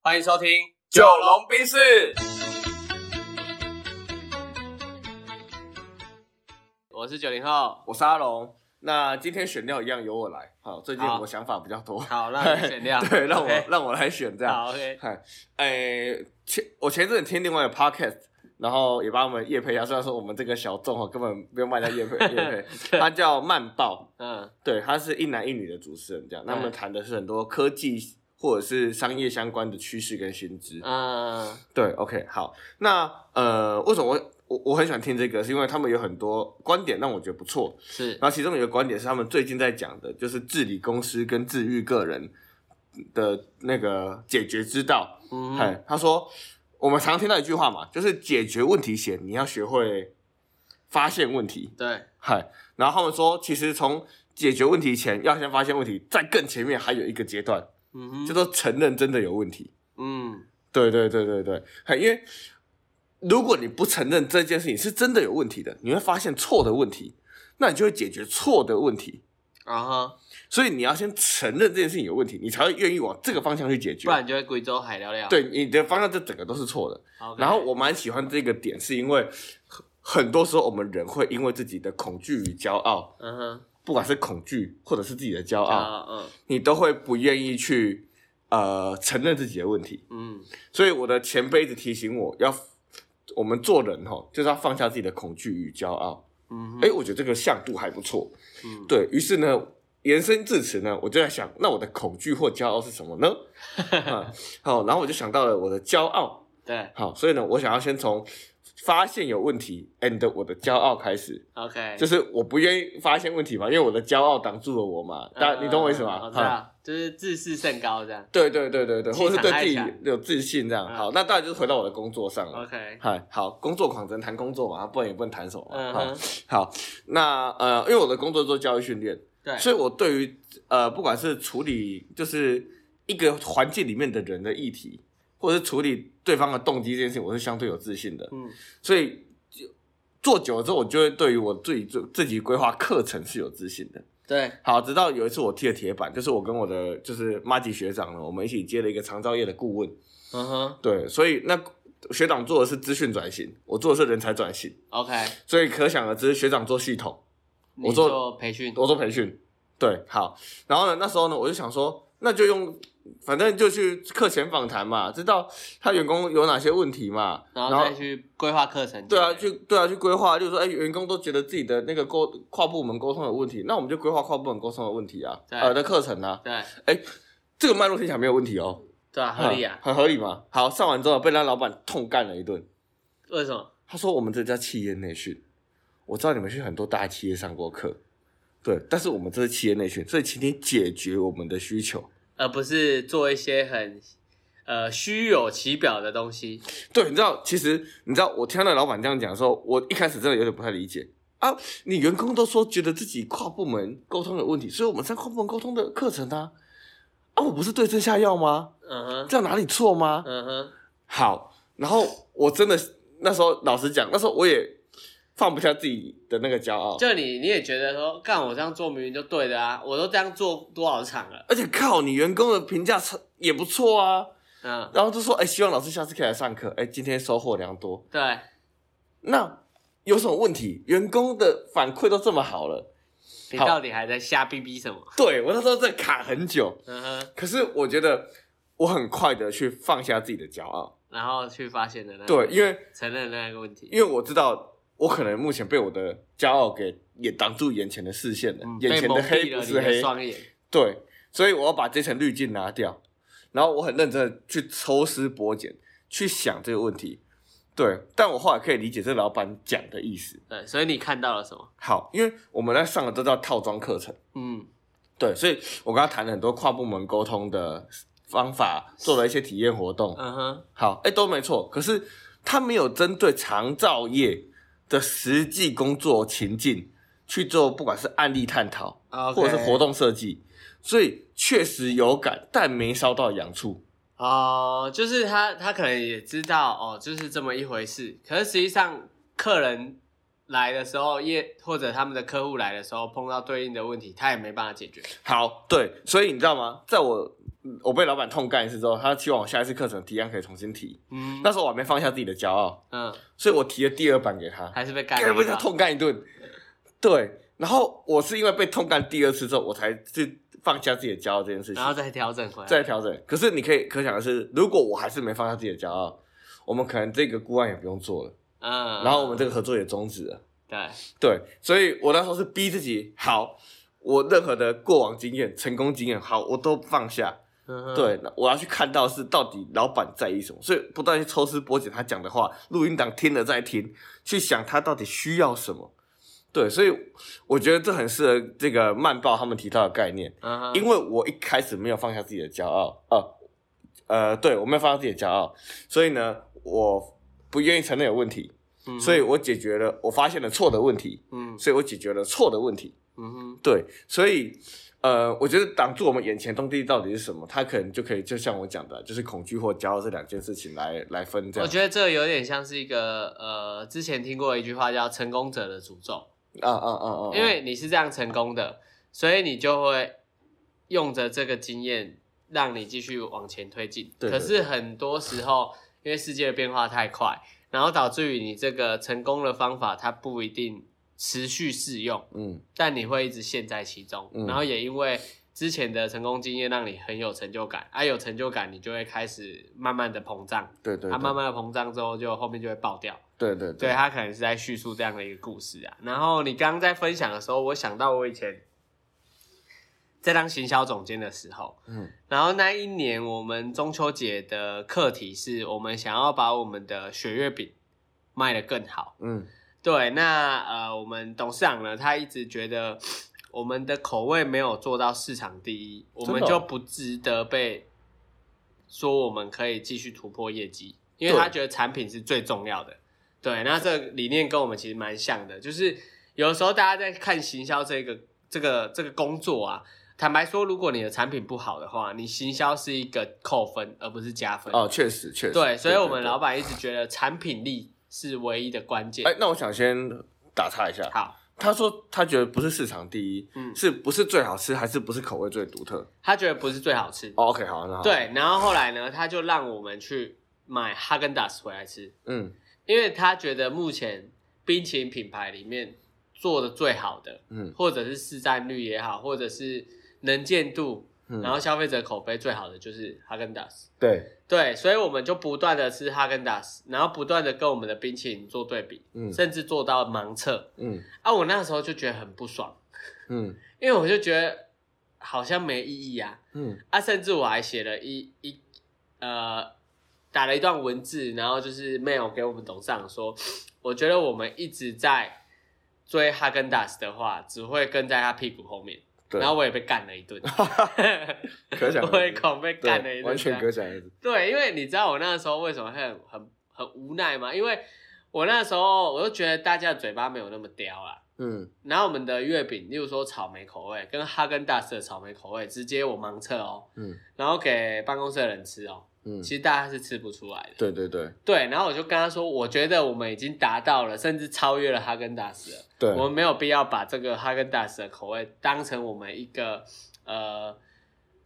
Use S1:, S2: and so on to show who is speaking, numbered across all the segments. S1: 欢迎收听《
S2: 九龙冰室，
S1: 我是九零后。
S2: 我是阿龙。那今天选料一样由我来。好，最近
S1: 好
S2: 我想法比较多。。
S1: 好，那你选料
S2: 对，让我
S1: OK
S2: 让我来选这样。
S1: 好，OK。
S2: 嗨，哎，前我前阵子听另外一个 podcast，然后也把我们叶配一下，虽然说我们这个小众哦，根本不用卖到 叶配叶配，他叫慢报，
S1: 嗯
S2: 对，他是一男一女的主持人这样，他们
S1: 嗯
S2: 谈的是很多科技或者是商业相关的趋势跟薪资。
S1: 嗯
S2: 对，OK，好，那呃，为什么我我我很喜欢听这个，是因为他们有很多观点让我觉得不错，
S1: 是
S2: 然后其中有一个观点是他们最近在讲的，就是治理公司跟治愈个人的那个解决之道。哎、
S1: 嗯
S2: 他说我们常听到一句话嘛，就是解决问题前你要学会发现问题。
S1: 对
S2: 嗨，然后他们说，其实从解决问题前要先发现问题，在更前面还有一个阶段，
S1: 嗯哼
S2: 叫做承认真的有问题。
S1: 嗯
S2: 对对对对对，嗨因为如果你不承认这件事情是真的有问题的，你会发现错的问题，那你就会解决错的问题。
S1: 啊哈，
S2: 所以你要先承认这件事情有问题，你才会愿意往这个方向去解决。
S1: 不然你就会贵州海聊聊。
S2: 对你的方向这整个都是错的。
S1: OK，
S2: 然后我蛮喜欢这个点，是因为很很多时候我们人会因为自己的恐惧与骄傲，
S1: 嗯哼
S2: 不管是恐惧或者是自己的骄傲，
S1: 啊嗯
S2: 你都会不愿意去呃承认自己的问题。
S1: 嗯
S2: 所以我的前辈一直提醒我要，我们做人吼就是要放下自己的恐惧与骄傲。
S1: 嗯哼
S2: 哎，我觉得这个向度还不错。
S1: 嗯
S2: 对于是呢，延伸至此呢，我就在想，那我的恐惧或骄傲是什么 呢？啊好，然后我就想到了我的骄傲。
S1: 对
S2: 好，所以呢，我想要先从发现有问题 and 我的骄傲开始，
S1: OK，
S2: 就是是我不愿意发现问题嘛，因为我的骄傲挡住了我嘛。
S1: 嗯
S2: 但你懂我意思吗？
S1: 呃我知
S2: 啊
S1: 道，就是自视甚高这样。
S2: 对对对对对，
S1: 气
S2: 或者是
S1: 场
S2: 对
S1: 太
S2: 自己
S1: 强
S2: 有自信这样。
S1: 嗯哦
S2: 好，那当然就是回到我的工作上了。
S1: OK，
S2: 嗨，好，工作狂只能谈工作嘛，不然也不能谈什么嘛。
S1: 嗯
S2: 好
S1: 哼，，
S2: 好，那呃，因为我的工作做教育训练，
S1: 对，
S2: 所以我对于呃，不管是处理就是一个环境里面的人的议题，或者是处理对方的动机这件事情，我是相对有自信的。
S1: 嗯
S2: 所以就做久了之后，我就会对于我自己做自己规划课程是有自信的。
S1: 对，
S2: 好，直到有一次我踢了铁板，就是我跟我的就是马吉学长呢，我们一起接了一个长照业的顾问，
S1: 嗯哼
S2: 对，所以那学长做的是资讯转型，我做的是人才转型，
S1: OK，
S2: 所以可想而知，学长做系统，
S1: 你
S2: 我做
S1: 做培训，
S2: 我做培训，对，好，然后呢，那时候呢，我就想说，那就用，反正就去课前访谈嘛，知道他员工有哪些问题嘛，
S1: 然后再去规划课程。
S2: 对啊，去对啊，去规划，就是说，哎，员工都觉得自己的那个沟跨部门沟通有问题，那我们就规划跨部门沟通的问题啊，
S1: 对
S2: 呃的课程啊，
S1: 对
S2: 这个脉络听起来没有问题哦，
S1: 对啊，合理啊。
S2: 很很合理嘛。好，上完之后被那老板痛干了一顿，
S1: 为什么？
S2: 他说我们这叫企业内训，我知道你们去很多大企业上过课，对，但是我们这是企业内训，所以请你解决我们的需求。
S1: 而不是做一些很呃虚有其表的东西。
S2: 对，你知道，其实你知道，我听到老板这样讲的时候，我一开始真的有点不太理解啊。你员工都说觉得自己跨部门沟通有问题，所以我们上跨部门沟通的课程啊，啊，我不是对症下药吗？
S1: 嗯哼，
S2: 这样哪里错吗？
S1: 嗯哼，
S2: 好，然后我真的那时候老实讲，那时候我也放不下自己的那个骄傲，
S1: 就你你也觉得说，干我这样做明明就对的啊，我都这样做多少场了，
S2: 而且靠你员工的评价差也不错啊，
S1: 嗯，
S2: 然后就说哎、希望老师下次可以来上课，哎、今天收获良多。
S1: 对，
S2: 那有什么问题？员工的反馈都这么好了，
S1: 你
S2: 好
S1: 到底还在瞎逼逼什么？
S2: 对我那时候在卡很久，
S1: 嗯哼，
S2: 可是我觉得我很快的去放下自己的骄傲，
S1: 然后去发现的那
S2: 对，因为
S1: 承认那个问题，
S2: 因为我知道我可能目前被我的骄傲给也挡住眼前的视线了，
S1: 嗯，
S2: 眼
S1: 被
S2: 前
S1: 蒙
S2: 黑
S1: 蔽
S2: 不
S1: 了你
S2: 是
S1: 的
S2: 黑，
S1: 双眼，
S2: 对，所以我要把这层滤镜拿掉，然后我很认真的去抽丝剥茧，去想这个问题。对，但我后来可以理解这老板讲的意思。
S1: 对，所以你看到了什么？
S2: 好，因为我们在上的都叫套装课程，
S1: 嗯，
S2: 对，所以我跟他谈了很多跨部门沟通的方法，做了一些体验活动。
S1: 嗯哼，
S2: 好，哎，都没错，可是他没有针对长照业的实际工作情境去做，不管是案例探讨，
S1: 啊
S2: 或者是
S1: 动
S2: 活动设计，所以确实有感，但没烧到痒处。
S1: 哦，就是他他可能也知道哦，就是这么一回事，可是实际上客人来的时候，业或者他们的客户来的时候碰到对应的问题，他也没办法解决。
S2: 好，对，所以你知道吗？在我嗯我被老板痛干一次之后，他希望我下一次课程提案可以重新提。
S1: 嗯
S2: 那时候我还没放下自己的骄傲，
S1: 嗯，
S2: 所以我提了第二版给他，
S1: 还是被干
S2: 给
S1: 了
S2: 被
S1: 一
S2: 他
S1: 把。
S2: 痛干一顿。对，然后我是因为被痛干第二次之后，我才去放下自己的骄傲这件事情
S1: 然，后再调整回来。
S2: 再调整。可是你可以可想的是，如果我还是没放下自己的骄傲，我们可能这个顾案也不用做了，
S1: 嗯，
S2: 然后我们这个合作也终止了。
S1: 对，
S2: 对，所以我那时候是逼自己，好，我任何的过往经验、成功经验，好，我都放下。
S1: 嗯
S2: 对，那我要去看到是到底老板在意什么，所以不断去抽丝剥茧他讲的话，录音档听了再听，去想他到底需要什么。对，所以我觉得这很适合这个慢报他们提到的概念，
S1: 嗯哼，
S2: 因为我一开始没有放下自己的骄傲，呃，呃，对我没有放下自己的骄傲，所以呢，我不愿意承认有问题，
S1: 嗯
S2: 所以我解决了，我发现了错的问题，
S1: 嗯
S2: 所以我解决了错的问题。
S1: 嗯哼，
S2: 对，所以呃，我觉得挡住我们眼前东西到底是什么，它可能就可以就像我讲的，就是恐惧或骄傲这两件事情来来分这
S1: 我
S2: 样
S1: 觉得这有点像是一个呃，之前听过一句话叫“成功者的诅咒
S2: 啊啊啊啊！”，
S1: 因为你是这样成功的，所以你就会用着这个经验让你继续往前推进。
S2: 对
S1: 可是很多时候，因为世界的变化太快，然后导致于你这个成功的方法它不一定持续适用。
S2: 嗯
S1: 但你会一直陷在其中，
S2: 嗯
S1: 然后也因为之前的成功经验让你很有成就感，啊，有成就感你就会开始慢慢的膨胀，
S2: 对对
S1: 它、
S2: 对
S1: 慢慢的膨胀之后就后面就会爆掉。
S2: 对对
S1: 啊对，啊他可能是在叙述这样的一个故事啊。然后你刚刚在分享的时候，我想到我以前在当行销总监的时候，
S2: 嗯
S1: 然后那一年我们中秋节的课题是我们想要把我们的雪月饼卖得更好。
S2: 嗯
S1: 对，那呃，我们董事长呢，他一直觉得我们的口味没有做到市场第一，我
S2: 真的
S1: 们
S2: 哦
S1: 就不值得被说我们可以继续突破业绩，因为他
S2: 对
S1: 觉得产品是最重要的。对，那这个理念跟我们其实蛮像的，就是有的时候大家在看行销这个这个这个工作啊，坦白说，如果你的产品不好的话，你行销是一个扣分而不是加分。
S2: 哦，确实确实。
S1: 对，所以我们老
S2: 板，
S1: 板一直觉得产品力是唯一的关键。
S2: 哎，那我想先打岔一下，
S1: 好。
S2: 他说他觉得不是市场第一，
S1: 嗯
S2: 是不是最好吃，还是不是口味最独特、
S1: 他觉得不是最好吃。
S2: 哦、？OK，好，那好，，
S1: 对，然后后来呢，他就让我们去买哈根达斯回来吃，
S2: 嗯
S1: 因为他觉得目前冰淇淋品牌里面做的最好的，
S2: 嗯
S1: 或者是市占率也好，或者是能见度，
S2: 嗯，
S1: 然后消费者口碑最好的就是哈根达斯。
S2: 对，
S1: 对，所以我们就不断的吃哈根达斯，然后不断的跟我们的冰淇淋做对比，
S2: 嗯
S1: 甚至做到盲测。
S2: 嗯
S1: 啊，我那时候就觉得很不爽，
S2: 嗯
S1: 因为我就觉得好像没意义啊。
S2: 嗯
S1: 啊，甚至我还写了一一呃，打了一段文字，然后就是 mail 给我们董事长说，我觉得我们一直在追哈根达斯的话，只会跟在他屁股后面。
S2: 对
S1: 然后我也被干了一顿，
S2: 可想而知
S1: 我也恐被干了一
S2: 对，
S1: 顿，
S2: 完全隔起来的，
S1: 对，因为你知道我那时候为什么会很很很无奈吗？因为我那时候我就觉得大家的嘴巴没有那么刁啦。
S2: 嗯
S1: 然后我们的月饼，例如说草莓口味跟哈根达斯的草莓口味，直接我盲测哦，
S2: 嗯
S1: 然后给办公室的人吃哦，
S2: 嗯，
S1: 其实大家是吃不出来的。
S2: 对对对
S1: 对，然后我就跟他说，我觉得我们已经达到了，甚至超越了哈根达斯了。
S2: 对，
S1: 我们没有必要把这个哈根达斯的口味当成我们一个呃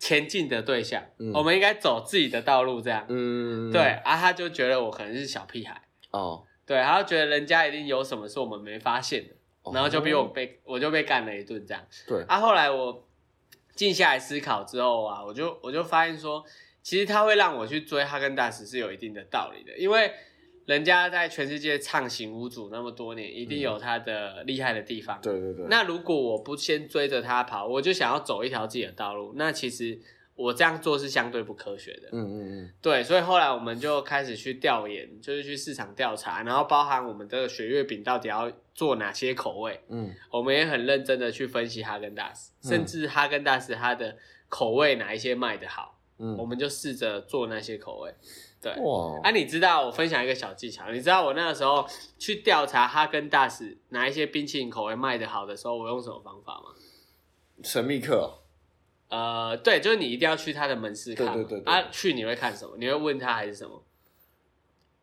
S1: 前进的对象，
S2: 嗯
S1: 我们应该走自己的道路。这样，
S2: 嗯，
S1: 对，啊，他就觉得我可能是小屁孩，
S2: 哦，
S1: 对，他就觉得人家一定有什么是我们没发现的，然后就逼我被我就被干了一顿这样。
S2: 哦对，
S1: 啊，后来我静下来思考之后啊，我就我就发现说，其实它会让我去追哈根达斯是有一定的道理的，因为人家在全世界畅行无阻那么多年，一定有它的厉害的地方。
S2: 嗯对对对，
S1: 那如果我不先追着它跑，我就想要走一条自己的道路，那其实我这样做是相对不科学的。
S2: 嗯嗯嗯，
S1: 对，所以后来我们就开始去调研，就是去市场调查，然后包含我们这个雪月饼到底要做哪些口味，
S2: 嗯
S1: 我们也很认真的去分析哈根达斯，
S2: 嗯
S1: 甚至哈根达斯它的口味哪一些卖的好，
S2: 嗯，
S1: 我们就试着做那些口味。对，
S2: 哇，哦
S1: 啊，你知道我分享一个小技巧，你知道我那个时候去调查哈根达斯哪一些冰淇淋口味卖的好的时候，我用什么方法吗？
S2: 神秘客哦，
S1: 呃，对，就是你一定要去他的门市看嘛，
S2: 对对对对
S1: 啊，去你会看什么？你会问他还是什么？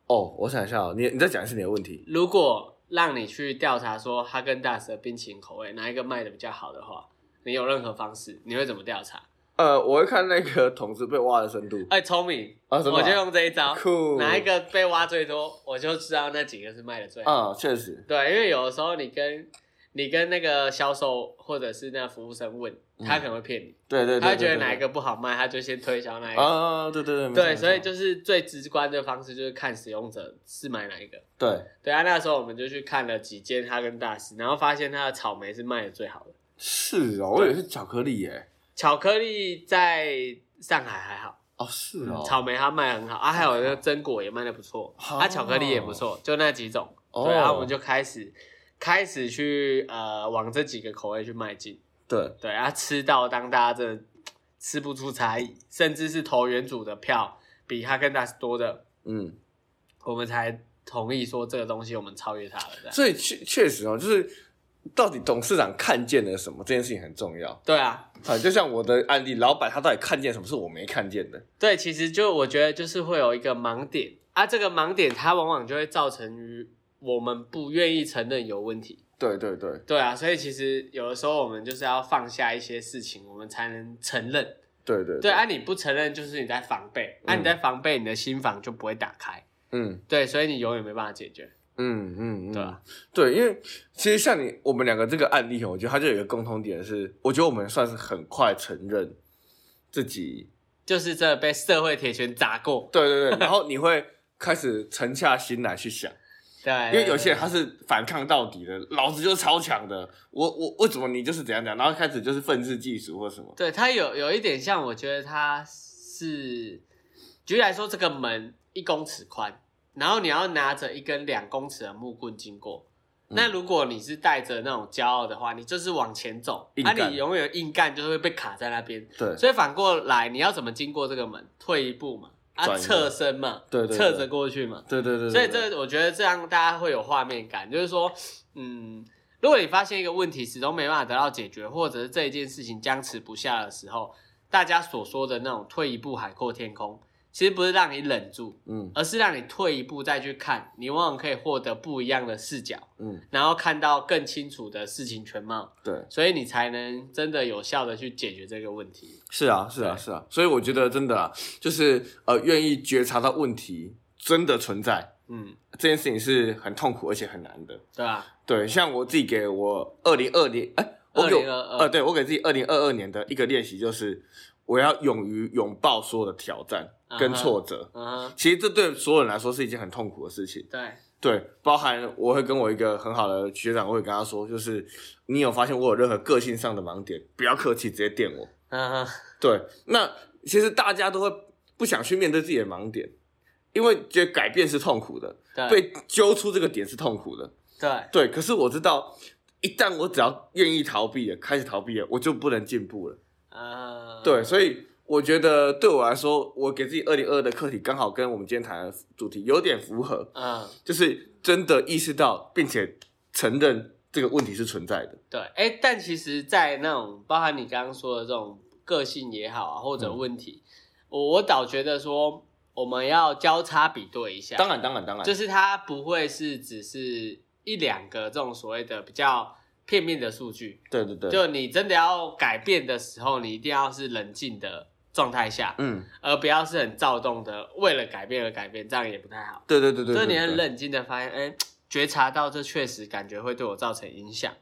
S2: 哦，我想一下哦，你你再讲一次你的问题，
S1: 如果让你去调查说哈根达斯的冰淇淋口味哪一个卖的比较好的话，你有任何方式，你会怎么调查？
S2: 呃，我会看那个 桶子被挖的深度
S1: 哎、聪明，
S2: 啊，真的
S1: 我就
S2: 啊
S1: 用这一招，
S2: 酷
S1: 哪一个被挖最多，我就知道那几个是卖的最好。
S2: 啊，确实，
S1: 对，因为有的时候你跟你跟那个销售或者是那服务生问，他可能会骗你，
S2: 对对对，
S1: 他会
S2: 对
S1: 觉得
S2: 对
S1: 哪一个不好卖，他就先推销那一个。
S2: 啊，对对对，没错
S1: 对，
S2: 没错
S1: 所以就是最直观的方式就是看使用者是买哪一个。
S2: 对，
S1: 对啊，那时候我们就去看了几间哈根达斯，然后发现它的草莓是卖的最好的。
S2: 是哦，我以为是巧克力耶，
S1: 巧克力在上海还好，
S2: 哦是哦，
S1: 嗯草莓它卖得很好啊，还有那个榛果也卖的不错，
S2: 哦
S1: 啊，巧克力也不错，就那几种。
S2: 哦
S1: 对，然后我们就开始开始去呃往这几个口味去迈进。
S2: 对，
S1: 对啊，吃到当大家真的吃不出差异，甚至是投原主的票比哈根达斯多的，
S2: 嗯，
S1: 我们才同意说这个东西我们超越它了。这样
S2: 所以确确实哦，就是到底董事长看见了什么这件事情很重要
S1: 对啊，
S2: 啊，就像我的案例，老板他到底看见什么是我没看见的，
S1: 对，其实就我觉得就是会有一个盲点啊，这个盲点它往往就会造成于我们不愿意承认有问题。
S2: 对对对，
S1: 对啊，所以其实有的时候我们就是要放下一些事情，我们才能承认。
S2: 对对
S1: 对啊，你不承认就是你在防备，啊，你在防备，你的心房就不会打开。
S2: 嗯
S1: 对，所以你永远没办法解决。
S2: 嗯嗯，嗯
S1: 对啊，
S2: 对，因为其实像你我们两个这个案例哦，我觉得它就有一个共同点是，我觉得我们算是很快承认自己，
S1: 就是这被社会铁拳砸过。
S2: 对对对，然后你会开始沉下心来 去想。
S1: 对，
S2: 因为有些人他是反抗到底的，老子就是超强的，我我为什么你就是怎样怎样，然后开始就是愤世嫉俗或什么，
S1: 对他有有一点像，我觉得他是，举例来说，这个门一公尺宽，然后你要拿着一根两公尺的木棍经过。
S2: 嗯
S1: 那如果你是带着那种骄傲的话，你就是往前走，
S2: 硬
S1: 那、
S2: 干
S1: 你永远硬干就是会被卡在那边。
S2: 对
S1: 所以反过来，你要怎么经过这个门？退一步嘛，啊，
S2: 转一个
S1: 侧身嘛，
S2: 对对对
S1: 侧着过去嘛。
S2: 对对对，
S1: 所以
S2: 对
S1: 这我觉得这样大家会有画面感，就是说，嗯，如果你发现一个问题始终没办法得到解决，或者是这一件事情僵持不下的时候，大家所说的那种退一步海阔天空，其实不是让你忍住，
S2: 嗯
S1: 而是让你退一步再去看，你往往可以获得不一样的视角，
S2: 嗯
S1: 然后看到更清楚的事情全貌，
S2: 对，
S1: 所以你才能真的有效的去解决这个问题。
S2: 是啊是啊是啊，所以我觉得真的啊，就是呃愿意觉察到问题真的存在
S1: 嗯，
S2: 这件事情是很痛苦而且很难的，
S1: 对吧？
S2: 对，像我自己给我二零二零哎，我给我
S1: 2022
S2: 呃对我给自己二零二二年的一个练习就是我要勇于拥抱所有的挑战跟
S1: 嗯哼
S2: 挫折。
S1: 嗯哼，
S2: 其实这对所有人来说是一件很痛苦的事情。
S1: 对，
S2: 对，包含我会跟我一个很好的学长，我会跟他说，就是你有发现我有任何个性上的盲点，不要客气，直接电我。
S1: 嗯哼，
S2: 对，那其实大家都会不想去面对自己的盲点，因为觉得改变是痛苦的，
S1: 对，
S2: 被揪出这个点是痛苦的。
S1: 对，
S2: 对，可是我知道，一旦我只要愿意逃避了，开始逃避了，我就不能进步了。
S1: 嗯，
S2: 对，所以我觉得对我来说，我给自己二零二二的课题刚好跟我们今天谈的主题有点符合。
S1: 嗯。
S2: 就是真的意识到并且承认这个问题是存在的。
S1: 对，哎、但其实，在那种包含你刚刚说的这种个性也好啊，或者
S2: 嗯
S1: 问题，我我倒觉得说，我们要交叉比对一下，
S2: 当然，当然，当然，
S1: 就是它不会是只是一两个这种所谓的比较片面的数据，
S2: 对对对，
S1: 就你真的要改变的时候，你一定要是冷静的状态下，
S2: 嗯，
S1: 而不要是很躁动的为了改变而改变，这样也不太好。
S2: 对对对对，
S1: 所以你
S2: 对
S1: 很，冷静的发现，哎、觉察到这确实感觉会对我造成影响，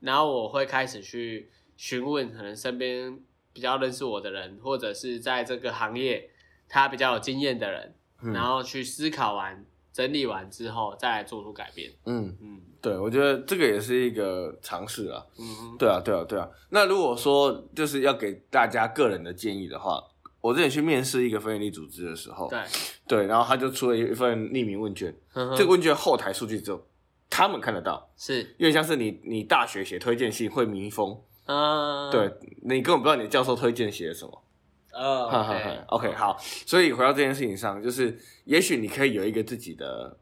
S1: 然后我会开始去询问可能身边比较认识我的人，或者是在这个行业他比较有经验的人，
S2: 对
S1: 然，后去思考完、整理完之后再来做出改变。
S2: 嗯嗯，
S1: 嗯
S2: 对，我觉得这个也是一个尝试啊。
S1: 嗯哼，
S2: 对啊，对啊，对啊。那如果说就是要给大家个人的建议的话，我之前去面试一个非营利组织的时候，
S1: 对，嗯
S2: 对，然后他就出了一份匿名问卷，
S1: 呵呵
S2: 这个问卷后台数据只有他们看得到，
S1: 是，
S2: 因为像是你你大学写推荐信会迷风，
S1: 嗯，
S2: 对你根本不知道你的教授推荐写什么。
S1: 嗯，
S2: 哈哈
S1: 对
S2: 哈 OK，好，所以回到这件事情上，就是也许你可以有一个自己的，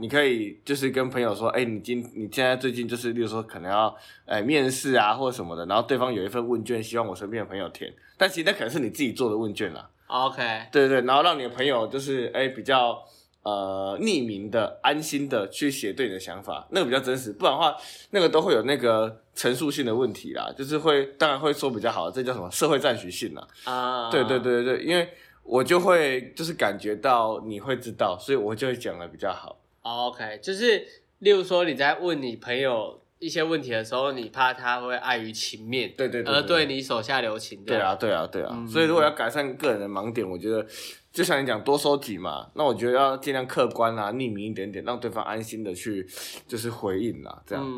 S2: 你可以就是跟朋友说，哎、你今你现在最近就是，例如说可能要哎、面试啊或者什么的，然后对方有一份问卷，希望我身边的朋友填，但其实那可能是你自己做的问卷啦，
S1: ，OK，
S2: 对对对，然后让你的朋友就是哎、比较呃匿名的、安心的去写对你的想法，那个比较真实。不然的话，那个都会有那个陈述性的问题啦，就是会当然会说比较好，这叫什么社会赞许性啦。
S1: 啊，
S2: 对对，对对对，因为我就会就是感觉到你会知道，所以我就会讲的比较好。
S1: 哦 OK，就是例如说你在问你朋友一些问题的时候，你怕他会碍于情面，
S2: 对对对
S1: 而对
S2: 对
S1: 呃你手下留情。
S2: 对啊，，对啊，对啊。
S1: 嗯
S2: 所以如果要改善个人的盲点，我觉得就像你讲，多收集嘛。那我觉得要尽量客观啊，匿名一点点，让对方安心的去就是回应啦，
S1: 嗯
S2: 这样。
S1: 嗯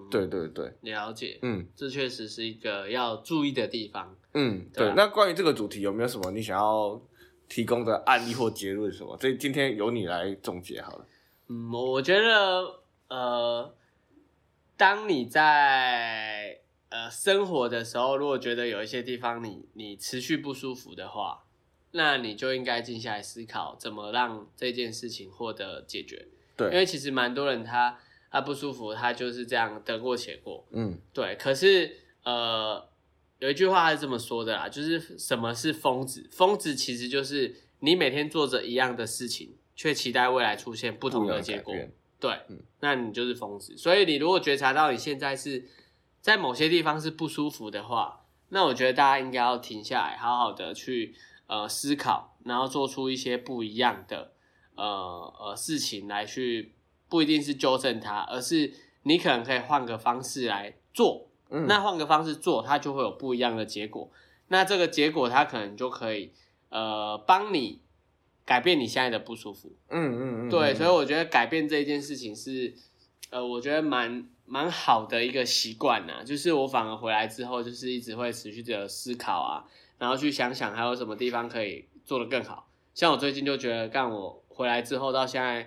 S1: 嗯，
S2: 对对对，
S1: 了解，
S2: 嗯
S1: 这确实是一个要注意的地方。
S2: 嗯，
S1: 对
S2: 对
S1: 啊。
S2: 那关于这个主题，有没有什么你想要提供的案例或结论什么？这今天由你来总结好了。
S1: 嗯，我我觉得呃，当你在呃生活的时候，如果觉得有一些地方你你持续不舒服的话，那你就应该静下来思考怎么让这件事情获得解决。因为
S2: 对，
S1: 其实蛮多人他他不舒服，他就是这样得过且过。
S2: 嗯
S1: 对，可是呃，有一句话是这么说的啦，就是什么是疯子？疯子其实就是你每天做着一样的事情，却期待未来出现不同的结果
S2: 不一样的改。变
S1: 对，
S2: 嗯
S1: 那你就是疯子。所以你如果觉察到你现在是在某些地方是不舒服的话，那我觉得大家应该要停下来，好好的去呃思考，然后做出一些不一样的呃呃事情来去，不一定是纠正它，而是你可能可以换个方式来做。
S2: 嗯，
S1: 那换个方式做，它就会有不一样的结果。那这个结果，它可能就可以呃帮你改变你现在的不舒服。
S2: 嗯嗯嗯，
S1: 对，所以
S2: 以
S1: 我觉得改变这一件事情是，呃，我觉得蛮蛮好的一个习惯呐。就是我反而回来之后，就是一直会持续的思考啊，然后去想想还有什么地方可以做得更好。像我最近就觉得，干我回来之后到现在，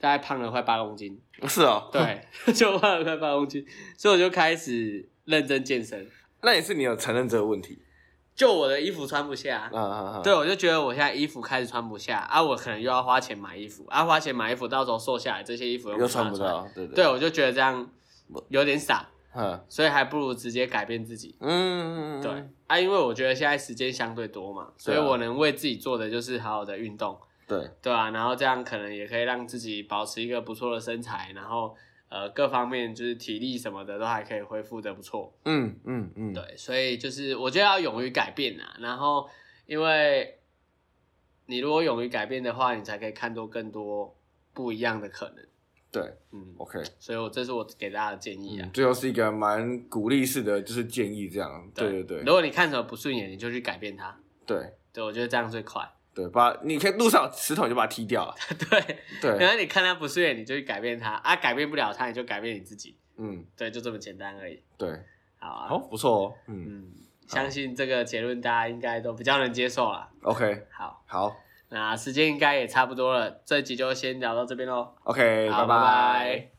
S1: 大概胖了快八公斤，
S2: 是哦，。
S1: 对，就胖了快八公斤，所以我就开始认真健身。
S2: 那也是你有承认这个问题
S1: 就我的衣服穿不下，
S2: 啊啊啊！
S1: 对，我就觉得我现在衣服开始穿不下啊，我可能又要花钱买衣服啊，花钱买衣服，到时候瘦下来，这些衣服
S2: 又
S1: 没
S2: 穿
S1: 穿
S2: 不。到，对啊
S1: 对，
S2: 对，
S1: 我就觉得这样有点傻，
S2: 嗯
S1: 所以还不如直接改变自己。
S2: 嗯，
S1: 对啊，因为我觉得现在时间相对多嘛，所以
S2: 对啊
S1: 我能为自己做的就是好好的运动，
S2: 对，
S1: 对啊，然后这样可能也可以让自己保持一个不错的身材，然后呃各方面就是体力什么的都还可以恢复的不错。
S2: 嗯嗯嗯，
S1: 对，所以就是我觉得要勇于改变啊，然后因为你如果勇于改变的话，你才可以看到更多不一样的可能。
S2: 对
S1: 嗯，
S2: ，OK，
S1: 所以我这是我给大家的建议啊。
S2: 最后是一个蛮鼓励式的，就是建议这样，对对
S1: 如
S2: 对
S1: 果你看什么不顺眼，你就去改变它。
S2: 对
S1: 对，我觉得这样最快。
S2: 对，把你看路上有石头你就把它踢掉了，啊嗯
S1: 对，然
S2: 对，
S1: 后你看他不顺眼，你就去改变他啊，改变不了他，你就改变你自己。
S2: 嗯
S1: 对，就这么简单而已。
S2: 对，
S1: 好啊，
S2: 好不错哦，嗯
S1: 嗯，相信这个结论大家应该都比较能接受啦。
S2: ，OK，
S1: 好，
S2: 好
S1: 那时间应该也差不多了，这集就先聊到这边喽。
S2: ，OK，
S1: 好
S2: 拜
S1: 拜拜